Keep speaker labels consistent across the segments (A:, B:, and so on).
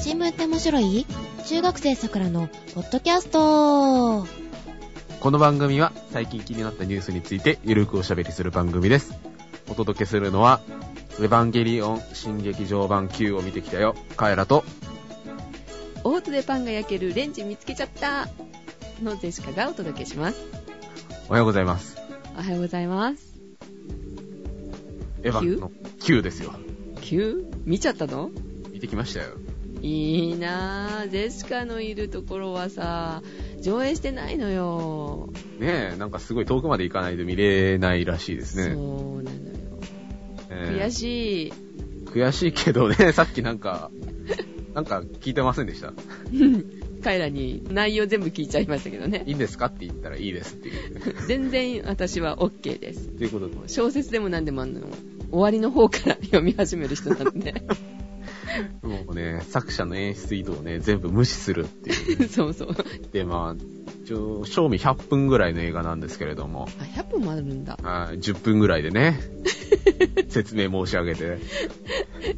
A: 新聞って面白い中学生さくらのポッドキャスト
B: この番組は最近気になったニュースについてゆるくおしゃべりする番組です。お届けするのは、エヴァンゲリオン新劇場版 Q を見てきたよ、カエラと、
C: オートでパンが焼けるレンジ見つけちゃったのゼシカがお届けします。
B: おはようございます。
C: おはようございます。
B: エヴァンの Q ですよ。
C: Q? 見ちゃったの
B: 見てきましたよ。
C: いいなぁ。ゼシカのいるところはさ、上映してないのよ。
B: ねえ、なんかすごい遠くまで行かないと見れないらしいですね。
C: そうなのよ。
B: ええ
C: 悔しい。
B: 悔しいけどね、 さっきなんか、なんか聞いてませんでした。
C: 彼らに内容全部聞いちゃいましたけどね。
B: いいんですかって言ったらいいです っていう。
C: 全然私は OK です。
B: ということで、
C: 小説でも何でもあんの終わりの方から読み始める人な んで。
B: もうね、作者の演出意図をね、全部無視するっていう。
C: そうそう。
B: で、まあ、一応、賞味100分ぐらいの映画なんですけれども、
C: あ、100分もあるんだ。
B: あー10分ぐらいで ね、説明申し上げて、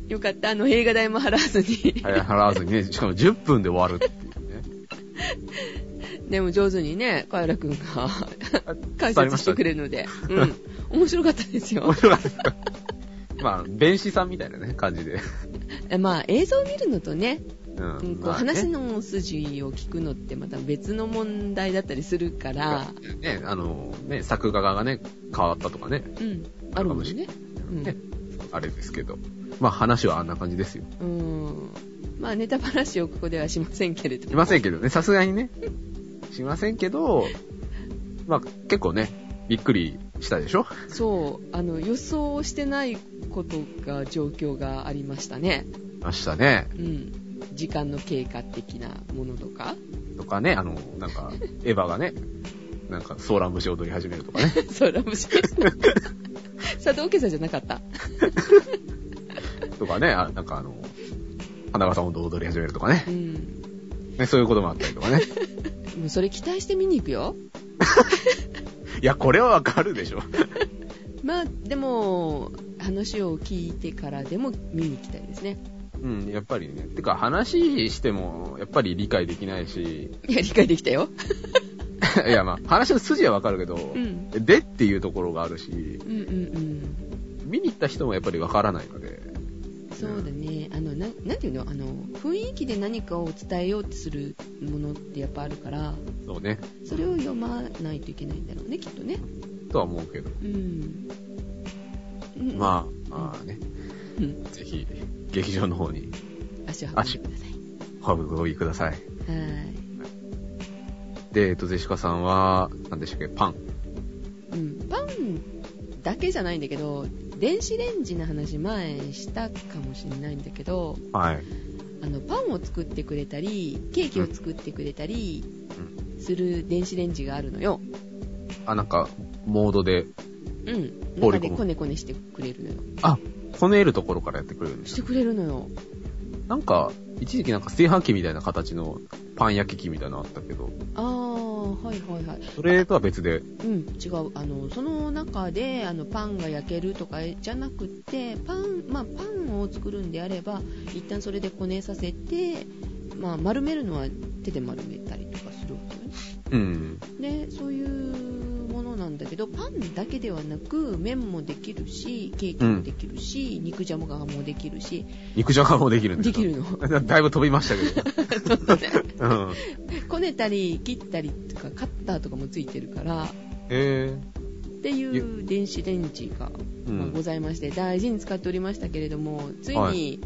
C: よかった。あの映画代も払わずに。
B: はい払わずにね、しかも10分で終わるっていうね。
C: でも上手にね、カエラくんが
B: 伝
C: 解
B: わりま
C: 説
B: し
C: したてくれるので、うん。面白かったですよ
B: 面。白かった。 まあ、弁士さんみたいなね、感じで。
C: えまあ映像を見るのとね、
B: う
C: うんこう
B: まあね
C: 話の筋を聞くのってまた別の問題だったりするから、
B: ね、あの、ね、作画がね、変わったとかね、
C: うん。あるもんね。うん
B: ねあれですけど。まあ話はあんな感じですよ。
C: うん。まあネタ話をここではしませんけれども。
B: しませんけどね、さすがにね。しませんけど、まあ結構ね、びっくりしたでしょ
C: そう。あの、予想してないことが、状況がありましたね。
B: ましたね。
C: うん。時間の経過的なもの とか。
B: とかね、あの、なんか、エヴァがね、なんか、ソーラン節を踊り始めるとか ね。
C: そう、ラブシーン。佐藤家さんじゃなかった。
B: とかね、あなんかあの、花笠音頭を踊り始めるとかね
C: う。ん。
B: ね、そういうこともあったりとかね。
C: もうそれ期待して見に行くよ。
B: いや、これはわかるでしょ。
C: まあ、でも、話を聞いてからでも見に行きたいですね。
B: うん、やっぱりね。てか、話しても、やっぱり理解できないし、
C: いや、理解できたよ。
B: いや、まあ、話の筋はわかるけど、
C: ん
B: でっていうところがあるし、
C: うんうんうん。
B: 見に行った人もやっぱりわからないので、
C: そうだね。あの、ななんていうのあの、雰囲気で何かを伝えようとするものってやっぱあるから、
B: そうね、
C: それを読まないといけないんだろうね、きっとね。
B: とは思うけど。
C: うん。あ。
B: まあ、まあね、
C: うん。
B: ぜひ、劇場の方に、
C: 足を運んでください。
B: お運びください。
C: はーい。
B: で、えっと、ゼシカさんは、何でしたっけ、パン。
C: うん、パンだけじゃないんだけど電子レンジの話前にしたかもしれないんだけど
B: はい。
C: あのパンを作ってくれたりケーキを作ってくれたりする電子レンジがあるのよ、
B: あ、なんか、モードで、
C: うん、
B: 放り込む
C: 中でコネコネしてくれるのよ
B: あ、こねるところからやってくれるんで
C: し
B: す
C: てくれるのよ
B: なんか、一時期なんか炊飯器みたいな形のパン焼き器みたいなのあったけど、
C: あーはいはいはい
B: それとは別で、
C: うん違うあのその中であのパンが焼けるとかじゃなくってパンまあパンを作るんであれば一旦それでこねさせてまあ丸めるのは手で丸めたりとかするわけよね
B: うん。
C: でそういうものなんだけどパンだけではなく麺もできるしケーキもできるし、肉じゃがもできるし
B: 肉じゃがもできるんで
C: です
B: か
C: きるの
B: だいぶ飛びましたけ
C: そうだね
B: ど。うん。
C: こねたり切ったりとかカッターとかもついてるからっ
B: え
C: ていう電子レンジが、
B: ー。う
C: まあご
B: ん。
C: ざいまして大事に使っておりましたけれどもつい
B: は
C: に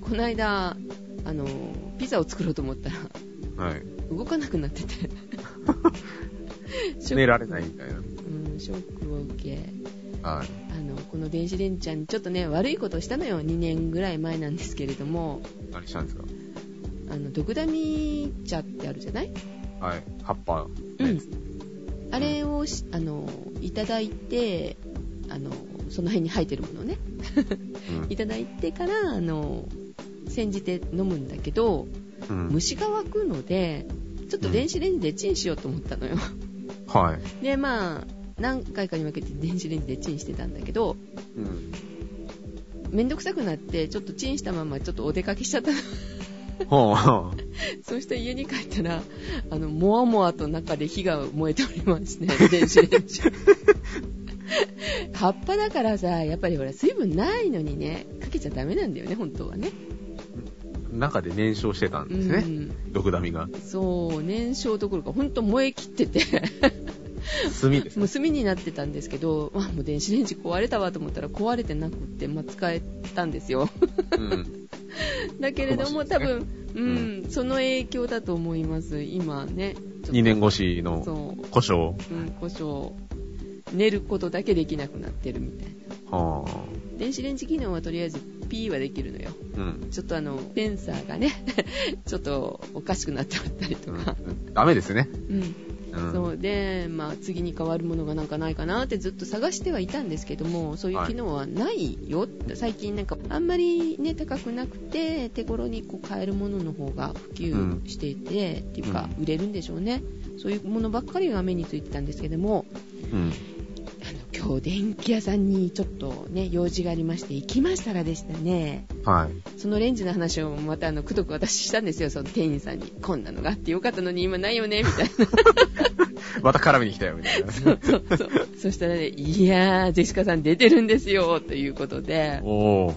C: この間あのピザを作ろうと思ったら
B: はい。
C: 動かなくなって てショック
B: 寝られないみたい
C: うん、ショックを受け
B: な。はい。
C: あのこの電子レンジちゃんちょっとね悪いことをしたのよ2年ぐらい前なんですけれども
B: 何したんです
C: あのドクダミ茶ってあるじゃない
B: かはい。葉っぱ。
C: うんあれをしあのいただいてあのその辺に生えてるものをね
B: うん
C: いただいてからあの煎じて飲むんだけど
B: うん。
C: 虫が湧くのでちょっと電子レンジでチンしようと思ったのよ、
B: はい。
C: でまあ何回かに分けて電子レンジでチンしてたんだけど
B: うん。
C: めんどくさくなってちょっとチンしたままちょっとお出かけしちゃったの
B: ほうほう。
C: そして家に帰ったら、あの、もわもわと中で火が燃えておりまして、 電子レンジ。葉っぱだからさ、やっぱりほら、水分ないのにね、かけちゃダメなんだよね、本当はね。
B: 中で燃焼してたんですね。毒ダミが。
C: うん、そう、燃焼どころか、ほんと燃え切って て、
B: 炭です
C: も
B: ね。
C: う炭になってたんですけど、わもう電子レンジ壊れたわと思ったら壊れてなくって、まあ、使えたんですよ。
B: うん。
C: だけれども、
B: た
C: 多
B: くましい
C: 分、うん、その影響だと思います、今ね。ちょっと
B: 2年越しの
C: そう。
B: 故障。
C: うん、故障寝ることだけできなくなってるみたいな
B: はあ。
C: 電子レンジ機能はとりあえず P はできるのよ
B: うん。
C: ちょっとあのセンサーがねちょっとおかしくなってあったりとか、
B: ダメですね。
C: うん
B: うん。
C: そうで、まあ、次に変わるものがなんかないかなってずっと探してはいたんですけどもそういう機能はないよ、最近なんかあんまり、ね、高くなくて手頃にこう買えるものの方が普
B: うん
C: 及していて、っていうか
B: う
C: 売れるんでしょうねそういうものばっかりが目についてたんですけども、
B: うん。
C: あの今日電気屋さんにちょっとね用事がありまして行きましたがでしたね
B: はい。
C: そのレンジの話をまたあのくどく私したんですよその店員さんにこんなのがあってよかったのに今ないよねみたい な
B: また絡みに来たよ、みたいな。
C: そうそうそしたらねいやージェシカさん出てるんですよということで
B: おー。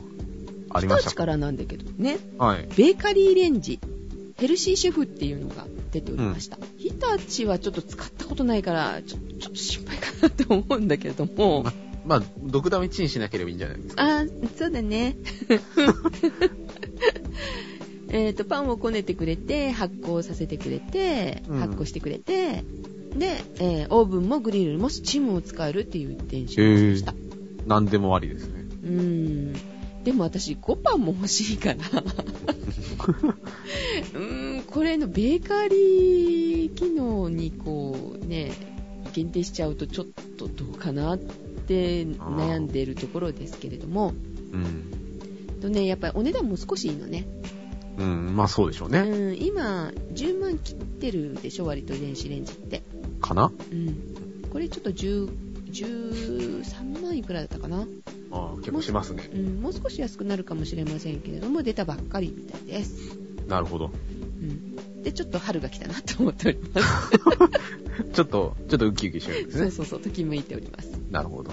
B: ありまし
C: 日立
B: た
C: からなんだけどね
B: か。はい。
C: ベーカリーレンジヘルシーシェフっていうのが出ておりました、日立はちょっと使ったことないからちょちょっと心配かなって思うんだけれども
B: ままあ、毒ダミチンしなければいいんじゃないですか。
C: あーそう だね。えっと、パンをこねてくれて、発酵させてくれて、
B: うん
C: 発酵してくれて、で、えーオーブンもグリルもスチームを使えるっていう電子
B: へ
C: レンジで
B: え
C: した。う。
B: 何でもありですね。
C: ーん。でも私、5パンも欲し いから。うーん、これのベーカリー機能にこう、ね、限定しちゃうとちょっとどうかなって悩んでるところですけれども、
B: うん。
C: とね、やっぱりお値段も少しいいのね。
B: うん、まあそうでしょう
C: う
B: ね。
C: ん、今、10万切ってるでしょ、割と電子レンジって。
B: かな
C: うん。これちょっと10 13万いくらだったかな、
B: ああ、結構しますね。
C: うん、もう少し安くなるかもしれませんけれども出たばっかりみたいです、
B: なるほど。
C: うん、でちょっと春が来たなと思っております
B: ちょっと、ちょっとウキウキしてるんです
C: そう
B: ね。
C: そうそうときめいております、は
B: なるほど。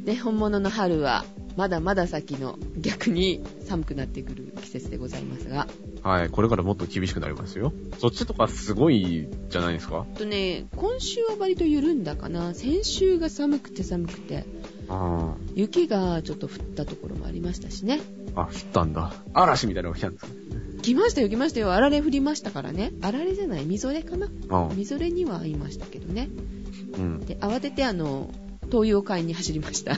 C: い、で本物の春はまだまだ先の逆に寒くなってくる季節でございますが
B: はい、これからもっと厳しくなりますよ。そっちとかすごいじゃないですか
C: ちょっとね、今週は割と緩んだかな。先週が寒くて寒くて、
B: あ
C: 雪がちょっと降ったところもありましたしね。
B: あ。あ、降ったんだ。嵐みたいなのが来たんですか
C: 来ましたよ、来ましたよ。あられ降りましたからね。あられじゃない、みぞれかな。
B: あ
C: みぞれには合いましたけどね。
B: うん。
C: で、慌ててあの、灯油を買いに走りました。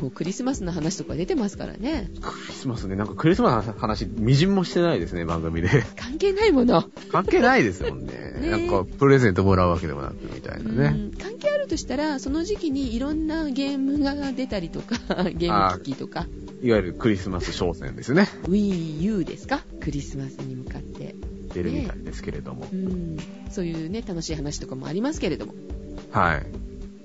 C: もうクリスマスの話とか出てますからね。
B: クリスマスね、なんかクリスマスの話、みじんもしてないですね、番組で。
C: 関係ないもの。
B: 関係ないですもんね。
C: ね
B: なんか、プレゼントもらうわけでもなく、みたいな
C: う
B: ね。
C: ん関係あるとしたら、その時期にいろんなゲームが出たりとか、ゲーム機器とか、
B: いわゆるクリスマス商戦ですね。
C: Wii U ですかクリスマスに向かって。
B: 出るみたいですけれども
C: う。ん、そういうね、楽しい話とかもありますけれども。
B: はい。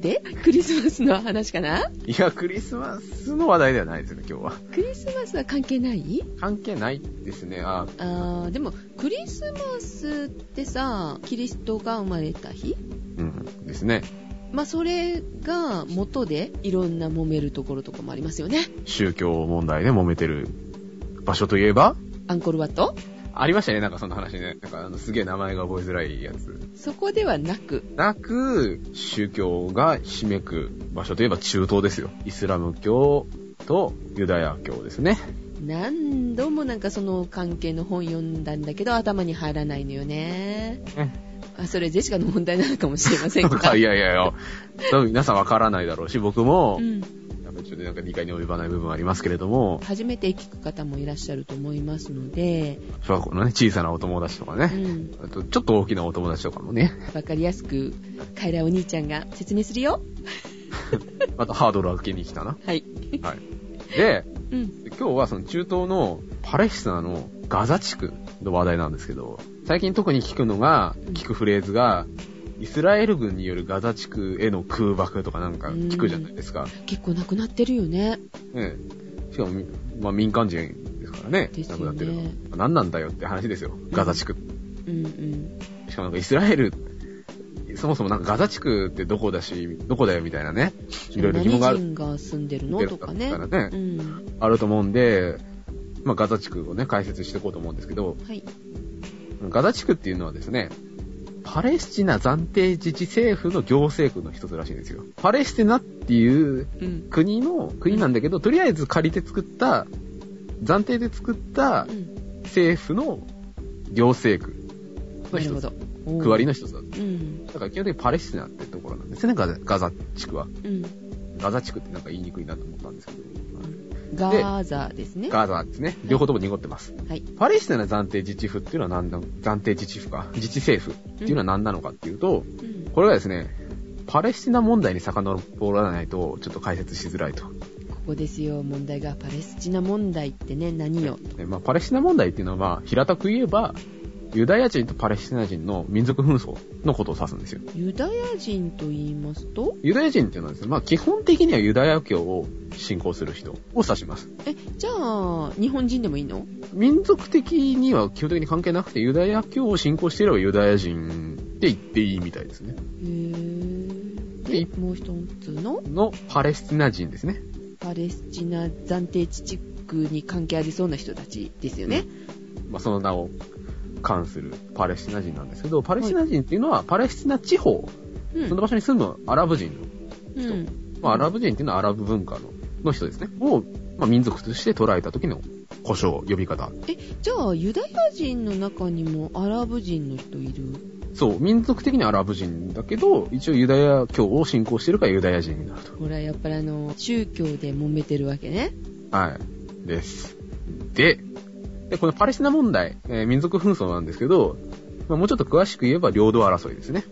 C: で、クリスマスの話かない
B: や、クリスマスの話題ではないですね、今日は。
C: クリスマスは関係ない
B: 関係ないですね。あ
C: あーでも、クリスマスってさ、キリストが生まれた日
B: うん。ですね。
C: まあ、それが元で、いろんな揉めるところとかもありますよね。
B: 宗教問題で揉めてる場所といえば、
C: アンコールワット
B: ありましたね、なんかその話ね。なんか、あの、すげえ名前が覚えづらいやつ。
C: そこではなく、
B: なく、宗教がひしめく場所といえば中東ですよ。イスラム教とユダヤ教ですね。
C: 何度もなんかその関係の本読んだんだけど、頭に入らないのよね。あそれ、ジェシカの問題なのかもしれませ ん
B: なんか、
C: が。
B: いやいやいや、多分皆さんわからないだろうし、僕も
C: う、ん
B: やっぱりちょっとなんか理解に及ばない部分はありますけれども、
C: 初めて聞く方もいらっしゃると思いますので、
B: 小学校のね、小さなお友達とか
C: う
B: ね、
C: ん、
B: あとちょっと大きなお友達とかもね、
C: わかりやすく、カイラお兄ちゃんが説明するよ。
B: またハードルを上げに来たな。
C: はい。
B: はい。で、
C: うん。
B: 今日はその中東のパレスチナのガザ地区の話題なんですけど、最近特に聞くのが、聞くフレーズが、イスラエル軍によるガザ地区への空爆とかなんか聞くじゃないですか。
C: 結構なくなってるよね。
B: ねしかも、みまあ民間人ですかがね、
C: ですよ
B: なく
C: ね
B: なってるのは。何なんだよって話ですよ。ガザ地区。
C: うんうん
B: しかもなんかイスラエル、そもそもなんかガザ地区ってどこだし、どこだよみたいなね、いろいろ疑問があ
C: 何
B: る
C: 人が住んでるのとかね
B: だから
C: う
B: ね
C: ん
B: あると思うんで、まあ、ガザ地区をね、解説していこうと思うんですけど、
C: はい
B: ガザ地区っていうのはですね、パレスチナ暫定自治政府の行政区の一つらしいんですよ。パレスチナっていう
C: うん
B: 国の、国なんだけど、とりあえず借りて作った、暫定で作った
C: うん
B: 政府の行政区の
C: なる
B: 一
C: ほ
B: つ
C: ど、おー
B: 区割りの一つだ。
C: うん
B: だから基本的にパレスチナってところなんですね、ガザガザ地区は。
C: うん
B: ガザ地区ってなんか言いにくいなと思ったんですけど。
C: ガーザですね
B: ガザですね。両方とも濁ってます。
C: はい
B: パレスチナの暫定自治府っていうのは何なの暫定自治府か。自治政府っていうのは何なのかっていうと、
C: うん
B: これがですね、パレスチナ問題に遡らないと、ちょっと解説しづらいと。
C: ここですよ問題がパレスチナ問題ってね何よ
B: ねまあ、パレスチナ問題っていうのは、まあ、平たく言えば、ユダヤ人とパレスチナ人の民族紛争のことを指すんですよ。
C: ユダヤ人と言いますと
B: ユダヤ人っていうのはですね、まあ、基本的にはユダヤ教を信仰する人を指します。
C: えじゃあ日本人でもいいの
B: 民族的には基本的に関係なくて、ユダヤ教を信仰していればユダヤ人って言っていいみたいですね。
C: へー
B: で
C: でもう一つの
B: のパレスチナ人ですね。
C: パレスチナ暫定自治区に関係ありそうな人たちですよね、
B: まあ、その名を冠するパレスチナ人なんですけど、パレスチナ人っていうのは、パレスチナ地方、
C: うん
B: その場所に住むアラブ人の人
C: うん
B: まあ、アラブ人っていうのはアラブ文化のの人ですね。を、まあ、民族として捉えた時の故障、呼び方。
C: えじゃあユダヤ人の中にもアラブ人の人いる
B: そう、民族的にはアラブ人だけど、一応ユダヤ教を信仰してるからユダヤ人になると。
C: ほらやっぱりあの宗教で揉めてるわけね
B: はい。です。で、でこのパレスチナ問題、えー民族紛争なんですけど、まあ、もうちょっと詳しく言えば領土争いですね。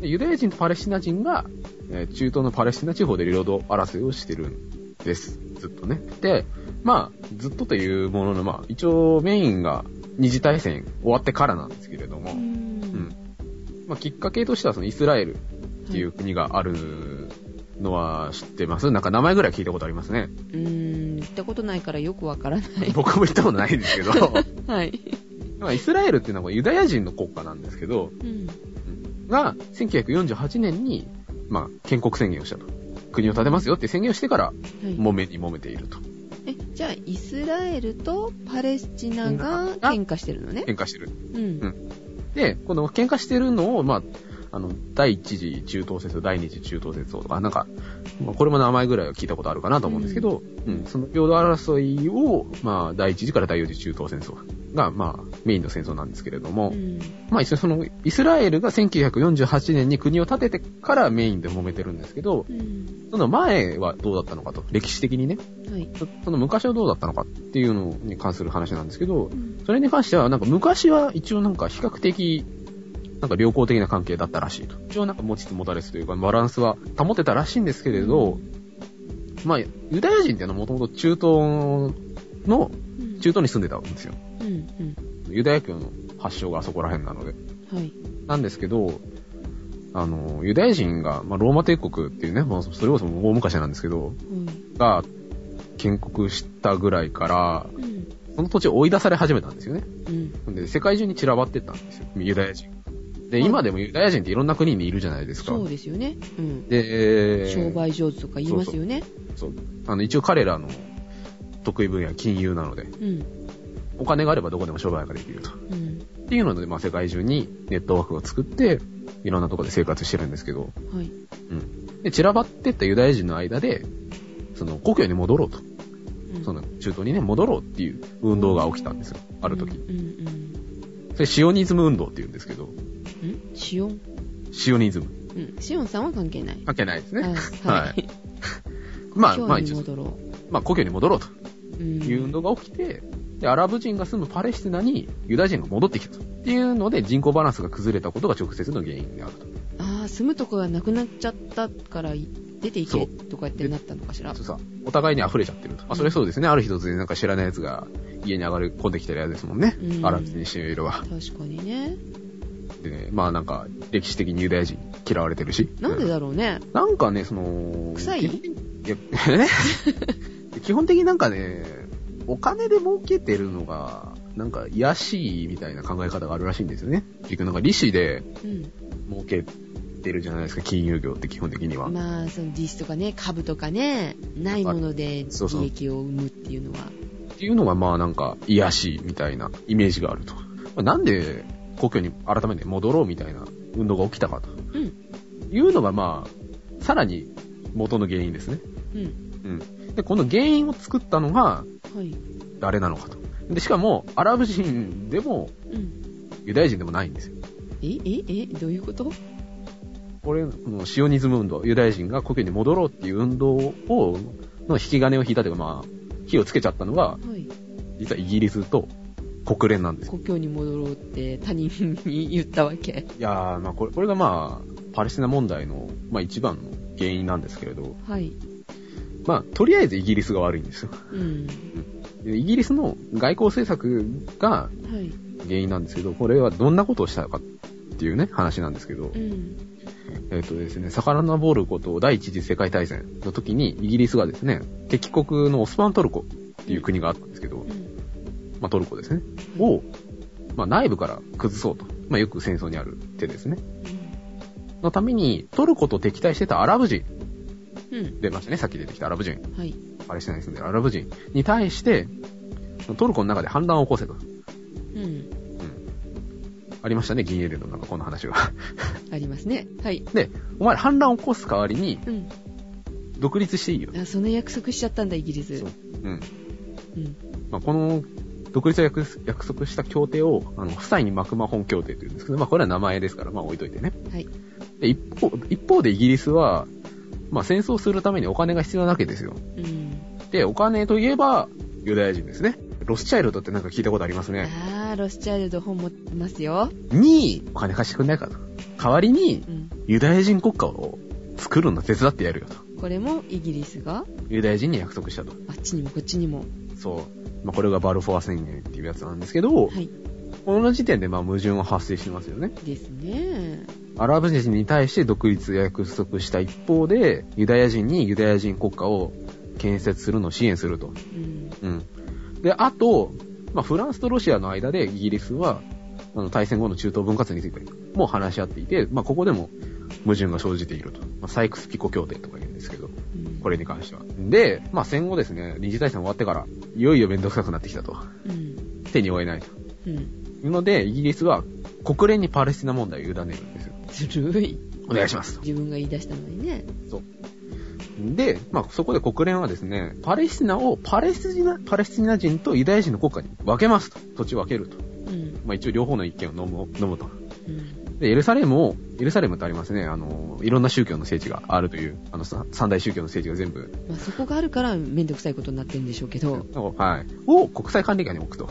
B: でユダヤ人とパレスチナ人が、えー中東のパレスチナ地方で領土争いをしてるんです。ずっとね。で、まあ、ずっとというものの、まあ、一応メインが二次大戦終わってからなんですけれども、
C: う
B: うん
C: ん。
B: まあ、きっかけとしてはそのイスラエルっていう
C: は
B: 国があるのは知ってますなんか名前ぐらい聞いたことありますね。
C: うーん行ったことないからよくわからない
B: 僕も行ったことないんですけど、
C: はい、
B: まあイスラエルっていうのはユダヤ人の国家なんですけど、
C: うん、
B: が、1948年に、まあ、建国宣言をしたと。国を建てますよって宣言をしてから、
C: はい
B: 揉めに揉めていると。
C: えじゃあイスラエルとパレスチナが喧嘩してるのね
B: 喧嘩してる。
C: うん
B: で、この喧嘩してるのを、まあ、あの、第一次中東戦争、第二次中東戦争とか、なんか、まあ、これも名前ぐらいは聞いたことあるかなと思うんですけど、うん、その領土争いを、まあ、第一次から第四次中東戦争が、まあ、メインの戦争なんですけれども、
C: うん
B: まあ一応その、イスラエルが1948年に国を建ててからメインで揉めてるんですけど、
C: うん
B: その前はどうだったのかと、歴史的にね、
C: はい
B: そその昔はどうだったのかっていうのに関する話なんですけど
C: う、ん
B: それに関してはなんか昔は一応なんか比較的、なんか良好的な関係だったらしいと。一応なんか持ちつ持たれつというか、バランスは保てたらしいんですけれど、まあ、ユダヤ人っていうのはもともと中東の、
C: うん
B: 中東に住んでたんですよ。
C: うん
B: ユダヤ教の発祥があそこら辺なので。
C: うんはい
B: なんですけど、あの、ユダヤ人が、まあ、ローマ帝国っていうね、まあ、それこそもう大昔なんですけど、
C: はい
B: が、建国したぐらいから、
C: うん
B: その土地を追い出され始めたんですよね。
C: うん
B: で、世界中に散らばってったんですよ、ユダヤ人。で、
C: はい
B: 今でもユダヤ人っていろんな国にいるじゃないですか。
C: そうですよね、うん、
B: で、
C: 商売上手とか言いますよね
B: そう。あの、一応彼らの得意分野は金融なので、
C: うん
B: お金があればどこでも商売ができると。
C: うん
B: っていうので、まあ、世界中にネットワークを作って、いろんなところで生活してるんですけど、
C: はい
B: で、散らばってったユダヤ人の間で、その、故郷に戻ろうと。
C: うん
B: その、中東にね、戻ろうっていう運動が起きたんですよ。ある時。
C: うんうん
B: それ、シオニズム運動って言うんですけど、
C: うんんシオン、
B: シオニズム。
C: うん、シオンさんは関係ない
B: 関係ないです
C: は
B: ね
C: い。
B: は
C: はいい。
B: まあ、ま
C: 今
B: あ
C: 日
B: 一
C: に
B: 応、
C: 戻ろ
B: まあ、故郷に戻ろうと
C: う、うん、
B: いう運動が起きて、で、アラブ人が住むパレスチナにユダヤ人が戻ってきたと。っていうので、人口バランスが崩れたことが直接の原因であると。
C: ああ住むとこがなくなっちゃったからい出てい
B: そう
C: けとかってなったのかしら
B: あとさ、お互いに溢れちゃってると。まあ、それそうですね。ある日突然なんか知らない奴が家に上がり込んできてるやつですもんね
C: う。ん
B: アラブ人にしてみれば。
C: 確かにね
B: でね、まあなんか、歴史的にユダヤ人嫌われてるし。
C: なんでだろうね
B: うんなんかね、その、
C: 臭い
B: 基本的にいや、え基本的になんかね、お金で儲けてるのが、なんか、卑しいみたいな考え方があるらしいんですよね。結局なんか利子で
C: うん、
B: 儲けてるじゃないですか、金融業って基本的には。
C: まあその DIS とかね株とかねないもので
B: そうそう
C: 利益を生むっていうのは
B: っていうのが、まあなんか、卑しいみたいなイメージがあると。まあなんで、故郷に改めて戻ろうみたいな運動が起きたかと。
C: うん
B: いうのが、まあ、さらに元の原因ですね。
C: うん
B: うん。で、この原因を作ったのが、
C: はい
B: 誰なのかと。で、しかも、アラブ人でも、
C: うん
B: ユダヤ人でもないんですよ。
C: えええどういうこと
B: これ、このシオニズム運動、ユダヤ人が故郷に戻ろうっていう運動を、の引き金を引いたというか、まあ、火をつけちゃったのが、
C: はい
B: 実はイギリスと国連なんですよ。
C: 故郷に戻ろうって他人に言ったわけ
B: いやー、まあこれ、これがまあ、パレスチナ問題の、まあ一番の原因なんですけれど、
C: はい
B: まあ、とりあえずイギリスが悪いんですよ。
C: うん
B: でイギリスの外交政策が
C: はい
B: 原因なんですけど、これはどんなことをしたかっていうね、話なんですけど
C: う、ん
B: えっ、とですね、遡ることを第一次世界大戦の時に、イギリスがですね、敵国のオスマントルコっていう国があったんですけど
C: う、ん
B: まあトルコですね、を、まあ内部から崩そうと。まあよく戦争にある手ですね。のために、トルコと敵対してたアラブ人、
C: うん
B: 出ましたね、さっき出てきたアラブ人、
C: うんはい
B: パレスチナに住んでるアラブ人に対して、トルコの中で反乱を起こせと。
C: うん
B: ありましたね、銀エレンのなんかこの話が。
C: ありますねはい
B: で、お前ら反乱を起こす代わりに、
C: うん
B: 独立していいよ。
C: あその約束しちゃったんだイギリス
B: そううん。
C: うん
B: まあ、この、独立を約約束した協定を、あの、夫妻にマクマホン協定というんですけど、まあ、これは名前ですから、まあ、置いといてね。
C: はい
B: で、一方、一方でイギリスは、まあ、戦争するためにお金が必要なわけですよ。
C: うん
B: で、お金といえば、ユダヤ人ですね。ロスチャイルドってなんか聞いたことありますね。
C: ああロスチャイルド本持ってますよ
B: に、お金貸してくんないかと。代わりに
C: う、ん
B: ユダヤ人国家を作るの手伝ってやるよと。
C: これもイギリスが
B: ユダヤ人に約束したと。
C: あっちにもこっちにも
B: そう。まあ、これがバルフォア宣言っていうやつなんですけど、
C: はい
B: この時点でまあ矛盾は発生してますよね。
C: ですね
B: アラブ人に対して独立を約束した一方で、ユダヤ人にユダヤ人国家を建設するのを支援すると。
C: うん
B: うん。で、あと、まあ、フランスとロシアの間でイギリスは、あの、大戦後の中東分割についても話し合っていて、まあ、ここでも矛盾が生じていると。まあ、サイクスピコ協定とか言うんですけど、
C: うん
B: これに関しては。で、まあ、戦後ですね、二次大戦終わってから、いよいよめんどくさくなってきたと。
C: うん
B: 手に負えないと。
C: うん
B: ので、イギリスは国連にパレスチナ問題を委ねるんですよ。
C: ずる い
B: お願いしますと。
C: 自分が言い出したのにね
B: で、まあ、そこで国連はですね、パレスチナをパレスチナ、パレスチナ人とユダヤ人の国家に分けますと。土地を分けると。
C: うん
B: まあ、一応両方の意見を飲む、飲むと。
C: うん
B: で、エルサレムを、エルサレムってありますね、あの、いろんな宗教の聖地があるという、あの、さ三大宗教の聖地が全部、
C: まあそこがあるからめんどくさいことになってるんでしょうけど
B: はい、を国際管理下に置くと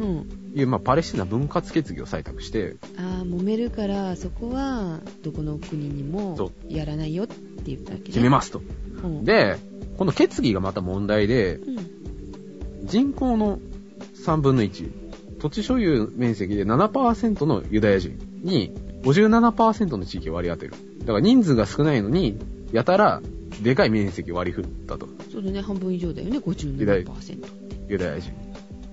C: うん
B: いう、まあ、パレスチナ分割決議を採択して、
C: ああ揉めるからそこはどこの国にも
B: そ
C: やらないよって言ったわけね
B: 決めますと。
C: うん
B: で、この決議がまた問題で、
C: うん
B: 人口の3分の1、土地所有面積で7%のユダヤ人に57%の地域を割り当てる。だから人数が少ないのに、やたらでかい面積を割り振ったと、
C: そうだね半分以上だよね57%
B: ユダヤ人。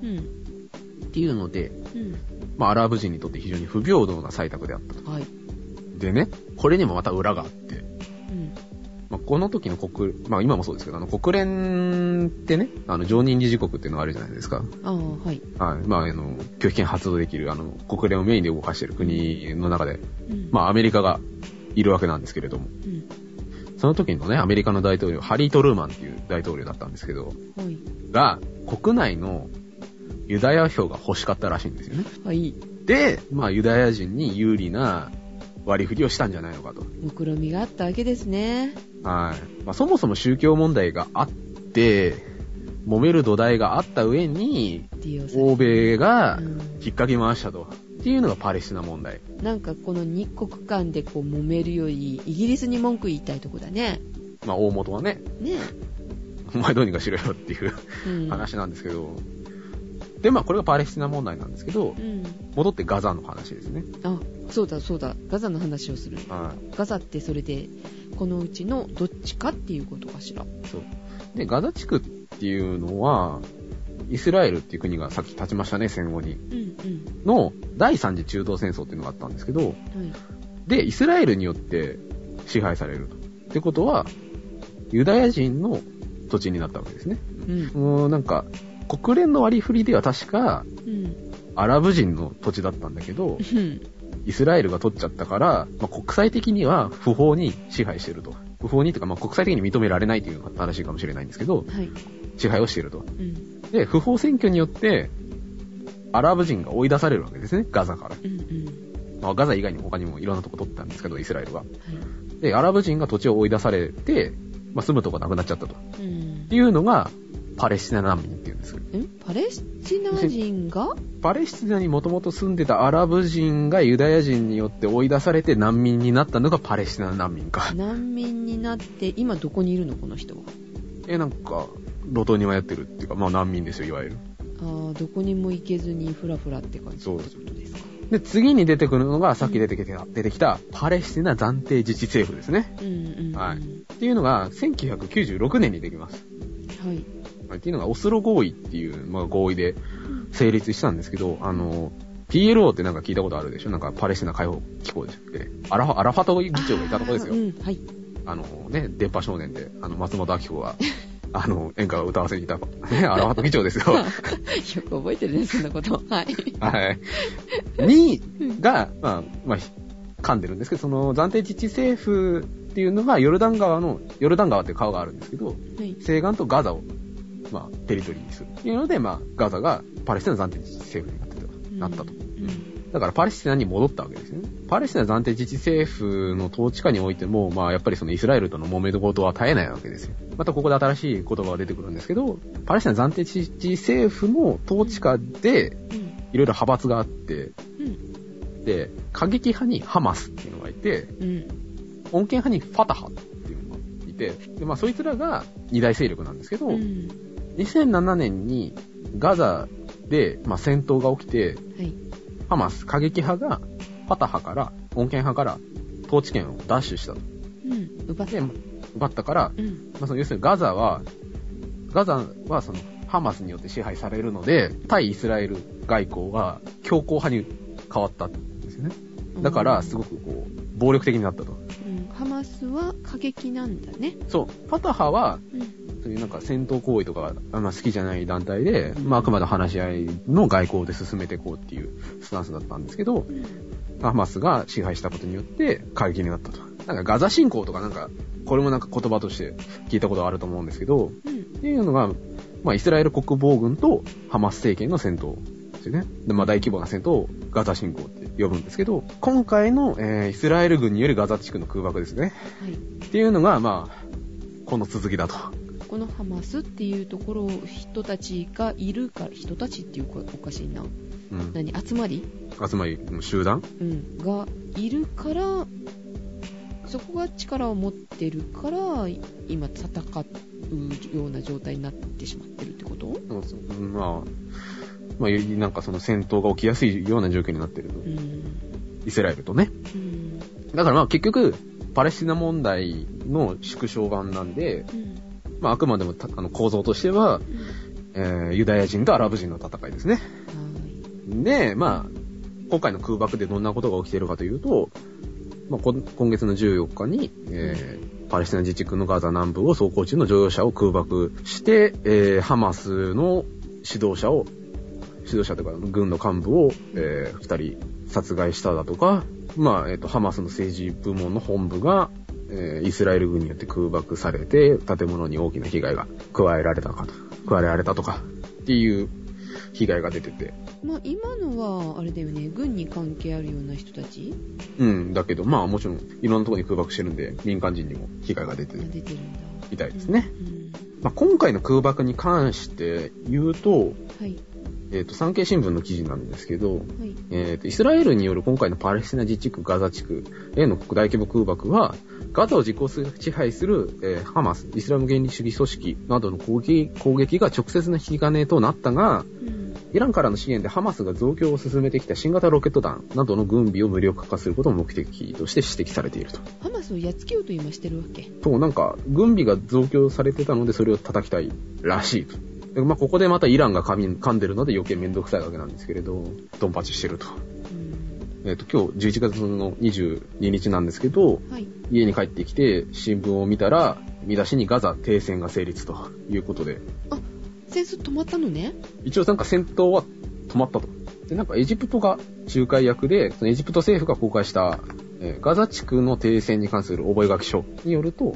C: うん
B: っていうので、
C: うん
B: まあアラブ人にとって非常に不平等な採択であったと。
C: はい
B: でね、これにもまた裏があって、
C: うん
B: まあ、この時の国、まあ今もそうですけど、あの国連ってね、あの常任理事国っていうのがあるじゃないですか。
C: ああはい
B: はい。まあ、あの、拒否権発動できる、あの、国連をメインで動かしている国の中で、
C: うん
B: まあ、アメリカがいるわけなんですけれども、
C: うん
B: その時のね、アメリカの大統領、ハリー・トルーマンっていう大統領だったんですけど、
C: はい
B: が、国内のユダヤ票が欲しかったらしいんですよね。
C: はい
B: で、まあ、ユダヤ人に有利な割り振りをしたんじゃないのかと。
C: 目論みがあったわけですね
B: はい。まあ、そもそも宗教問題があって、揉める土台があった上に、
C: 利用され
B: 欧米が
C: うん
B: 引っかき回したと。っていうのがパレスチナ問題。
C: なんかこの2国間でこう揉めるよりイギリスに文句言いたいとこだね
B: まあ、大元はね、
C: ね
B: お前どうにかしろよっていう
C: うん
B: 話なんですけど、で、まあ、これがパレスチナ問題なんですけど
C: う、ん
B: 戻ってガザの話ですね。
C: あそうだそうだガザの話をする
B: は
C: ガザってそれでこのうちのどっちかっていうことかしら
B: い。そう。で、ガザ地区っていうのは、イスラエルっていう国がさっき立ちましたね、戦後に。
C: うん
B: の第三次中東戦争っていうのがあったんですけど、
C: うん。はい。
B: で、イスラエルによって支配されると。ってことは、ユダヤ人の土地になったわけですね。
C: うん。
B: もうなんか、国連の割り振りでは確か、
C: うん。
B: アラブ人の土地だったんだけど、イスラエルが取っちゃったから、まあ、国際的には不法に支配してると。不法にというか、まあ、国際的に認められないというのが正しいかもしれないんですけど、
C: はい。
B: 支配をしていると。
C: うん。
B: で、不法占拠によって、アラブ人が追い出されるわけですね、ガザから。
C: うん。うん。
B: まあ、ガザ以外にも他にもいろんなとこ取ったんですけど、イスラエルは。
C: は
B: で、アラブ人が土地を追い出されて、まあ、住むとこなくなっちゃったと。っ
C: い。うん
B: て。いうのが、パレスチナ難民っていうんですよ。
C: えパレスチナ人が
B: パレスチナにもともと住んでたアラブ人がユダヤ人によって追い出されて難民になったのがパレスチナ難民か。
C: 難民になって、今どこにいるのこの人は。
B: え、なんか、路頭に迷ってるっていうか、まあ難民ですよ、いわゆる。
C: ああ、どこにも行けずにフラフラって感じ
B: そう
C: ってことですか。
B: で、次に出てくるのが、さっき出てきた、出てきた、パレスチナ暫定自治政府ですね。
C: うんうん、うん。
B: は
C: はい
B: い。っていうのが、1996年にできます。はいっていうのが、オスロ合意っていう、まあ合意で成立したんですけど、あの、PLO ってなんか聞いたことあるでしょなんかパレスチナ解放機構でしたっけアラファ、アラファト議長がいたとこですよ
C: あ。ーうん、はい。
B: あのね、電波少年で、あの、松本明子が、あの、演歌を歌わせにいた、ね、アラファト議長ですよ。
C: よく覚えてるね、そんなこと。はい。
B: はい。に、が、まあ、まあ、噛んでるんですけど、その暫定自治政府っていうのが、ヨルダン川の、ヨルダン川っていう川があるんですけど、
C: はい。
B: 西岸とガザを、まあ、テリトリーにする。っていうので、まあ、ガザがパレスチナ暫定自治政府になってたなったと。
C: うん。
B: だからパレスチナに戻ったわけですよね。パレスチナ暫定自治政府の統治下においても、まあやっぱりそのイスラエルとの揉め事は絶えないわけですよ。またここで新しい言葉が出てくるんですけど、パレスチナ暫定自治政府の統治下で
C: うん。
B: いろいろ派閥があって、
C: うん。
B: で、過激派にハマスっていうのがいて、
C: うん。
B: 穏健派にファタハっていうのがいて、で、まあそいつらが二大勢力なんですけど、
C: うん。
B: 2007年にガザで、まあ、戦闘が起きて、
C: はい。
B: ハマス、過激派が、ファタハから、穏健派から、統治権を奪取したと。
C: うん。奪っ
B: で、
C: て
B: ま奪ったから、
C: うん。
B: まあ、その要するにガザは、ガザはその、ハマスによって支配されるので、対イスラエル外交が強硬派に変わったんですよね。だから、すごくこう、暴力的になったと。
C: うん。ハマスは過激なんだね。
B: そう、ファタハは、
C: うん。
B: そういうなんか戦闘行為とかあんま好きじゃない団体で、まああくまで話し合いの外交で進めていこうっていうスタンスだったんですけど、ハマスが支配したことによって過激になったと。なんかガザ侵攻とかなんか、これもなんか言葉として聞いたことあると思うんですけど、
C: うん。
B: っていうのが、まあイスラエル国防軍とハマス政権の戦闘ですよね。でまあ大規模な戦闘をガザ侵攻って呼ぶんですけど、今回の、えーイスラエル軍によるガザ地区の空爆ですね。
C: はい。
B: っていうのが、まあ、この続きだと。
C: このハマスっていうところを人たちがいるから人たちっていうかおかしいな
B: うん。
C: 何集まり、
B: つまり、集団
C: うん、がいるからそこが力を持ってるから今戦うような状態になってしまってるってこと
B: まあ、まあ、なんかその戦闘が起きやすいような状況になってると
C: う。ん
B: イスラエルとね。
C: うん
B: だからまあ結局、パレスチナ問題の縮小版なんで、
C: うん
B: まああくまでもたあの構造としては、えーユダヤ人とアラブ人の戦いですね。
C: は
B: で、まあ、今回の空爆でどんなことが起きてるかというと、まあ、こん今月の14日に、えーパレスチナ自治区のガザ南部を走行中の乗用車を空爆して、えーハマスの指導者を、指導者というか軍の幹部を、えー二人殺害しただとか、まあ、えっ、と、ハマスの政治部門の本部が、えーイスラエル軍によって空爆されて、建物に大きな被害が加えられたかと、加えられたとか、っていう被害が出てて、
C: いまあ今のはあれだよね軍に関係あるような人たち
B: うん、だけど、まあもちろん、いろんなところに空爆してるんで、民間人にも被害が出て
C: が
B: る
C: 出てるんだ
B: みたいですね。
C: うん
B: まあ、今回の空爆に関して言うと、
C: はい
B: えっ、と、産経新聞の記事なんですけど、
C: はい
B: えっ、と、イスラエルによる今回のパレスチナ自治区ガザ地区への大規模空爆は、ガザを実行する、支配する、えーハマス、イスラム原理主義組織などの攻撃、攻撃が直接の引き金となったが、
C: うん
B: イランからの支援でハマスが増強を進めてきた新型ロケット弾などの軍備を無力化することを目的として指摘されていると。
C: ハマスをやっつけようと今してるわけ
B: そう、なんか、軍備が増強されてたので、それを叩きたいらしいと。でまあ、ここでまたイランが噛み噛んでるので余計めんどくさいわけなんですけれど、ドンパチしてると。
C: うん
B: えっ、と、今日11月の22日なんですけど、
C: はい。
B: 家に帰ってきて新聞を見たら、見出しにガザ停戦が成立ということで、
C: あ、戦争止まったのね。
B: 一応なんか戦闘は止まったと。で、なんかエジプトが仲介役で、そのエジプト政府が公開した、えーガザ地区の停戦に関する覚書によると、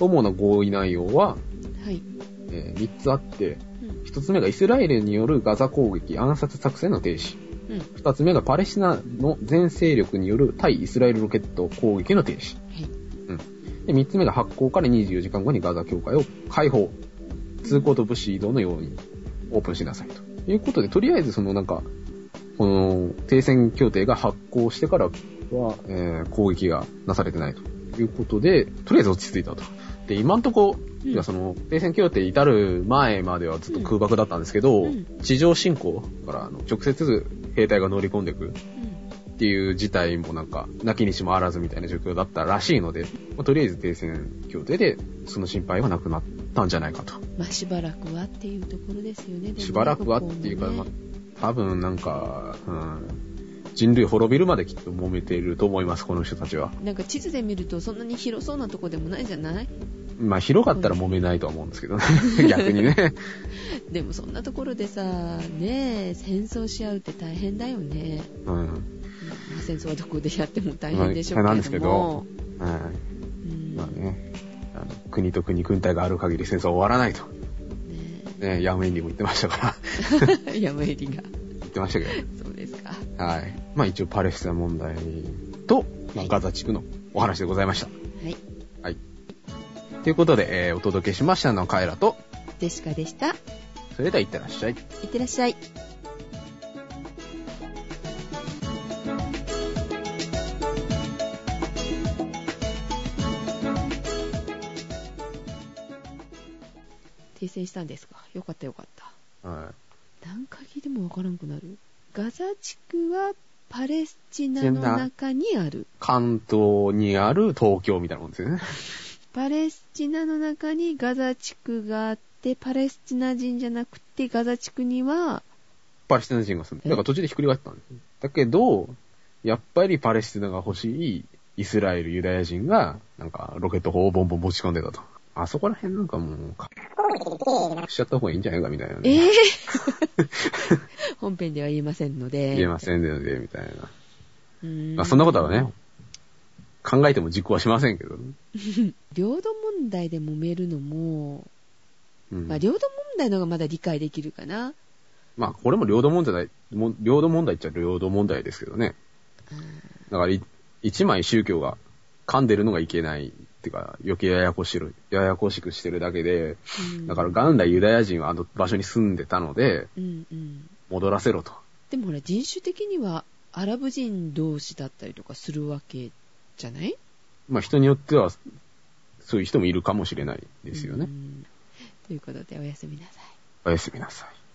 B: 主な合意内容は、
C: はい。
B: え3つあって、
C: うん。
B: 1つ目がイスラエルによるガザ攻撃暗殺作戦の停止。
C: うん。は
B: 2つ目がパレスチナの全勢力による対イスラエルロケット攻撃の停止。
C: い。
B: で、3つ目が発行から24時間後にガザ境界を解放。通行と物資移動のようにオープンしなさいと。いうことで、とりあえずそのなんか、この停戦協定が発行してからは、えー攻撃がなされてないということで、とりあえず落ち着いたと。で、今んとこ、
C: うん
B: いやその停戦協定至る前まではずっと空爆だったんですけど、
C: うんうん
B: 地上侵攻からあの直接兵隊が乗り込んでいくっていう事態もなんか、なきにしもあらずみたいな状況だったらしいので、まあとりあえず停戦協定で、その心配はなくなったんじゃないかと。
C: まあ、しばらくはっていうところですよね。でもね
B: しばらくはっていうか、
C: ここ
B: まあ
C: もね
B: 多分なんか、うん、人類滅びるまできっと揉めていると思います、この人たちは。
C: なんか地図で見るとそんなに広そうなとこでもないじゃない
B: まあ広かったら揉めないとは思うんですけどね。逆に ね。
C: でもそんなところでさ、ねえ、戦争し合うって大変だよね。
B: うん。
C: まあ戦争はどこでやっても大変でしょ
B: まあ
C: う
B: 大変なんです
C: け
B: け
C: ども
B: ど。は
C: うん
B: い。まあね。あの国と国、軍隊がある限り戦争は終わらないと。ね、ヤンウェイにも言ってましたから。
C: ねえ 山襟が。
B: 言ってましたけど。
C: そうですか。
B: はい。まあ一応パレスチナ問題と、まあ、ガザ地区のお話でございました。
C: はい。
B: はい。ということで、えーお届けしましたのはカエラと、
C: デシカでした。い
B: それでは行ってらっしゃい。
C: ってらっしゃい。訂正したんですかよかったよかった。
B: は
C: 何回聞いてもわからんくなる。ガザ地区はパレスチナの中にある
B: い。。関東にある東京みたいなもんですよね。
C: パレスチナの中にガザ地区があって、パレスチナ人じゃなくてガザ地区には、
B: パレスチナ人が住んで。だから途中でひっくり返ってたんですよ。だけど、やっぱりパレスチナが欲しいイスラエル、ユダヤ人が、なんかロケット砲をボンボン持ち込んでたと。あそこら辺なんかもう、かしちゃった方がいいんじゃないかみたいな、
C: え
B: ね。
C: ぇ、 本編では言えませんので。
B: 言えませんので、みたいな。
C: うーん
B: まあ、そんなことはね、考えても実行はしませんけど。
C: 領土問題で揉めるのも、
B: うん、
C: まあ、領土問題の方がまだ理解できるかな。
B: まあ、これも領土問題、も領土問題っちゃ領土問題ですけどね。だからい、一枚宗教が噛んでるのがいけない。ってか、余計ややこしる、ややこしくしてるだけで、
C: うん
B: だから元来ユダヤ人はあの場所に住んでたので、
C: うんうん。
B: 戻らせろと。
C: でもほら、人種的にはアラブ人同士だったりとかするわけじゃない
B: まあ、人によっては、そういう人もいるかもしれないで
C: です
B: よね。。
C: ということで、おやすみなさい。
B: おやすみなさい。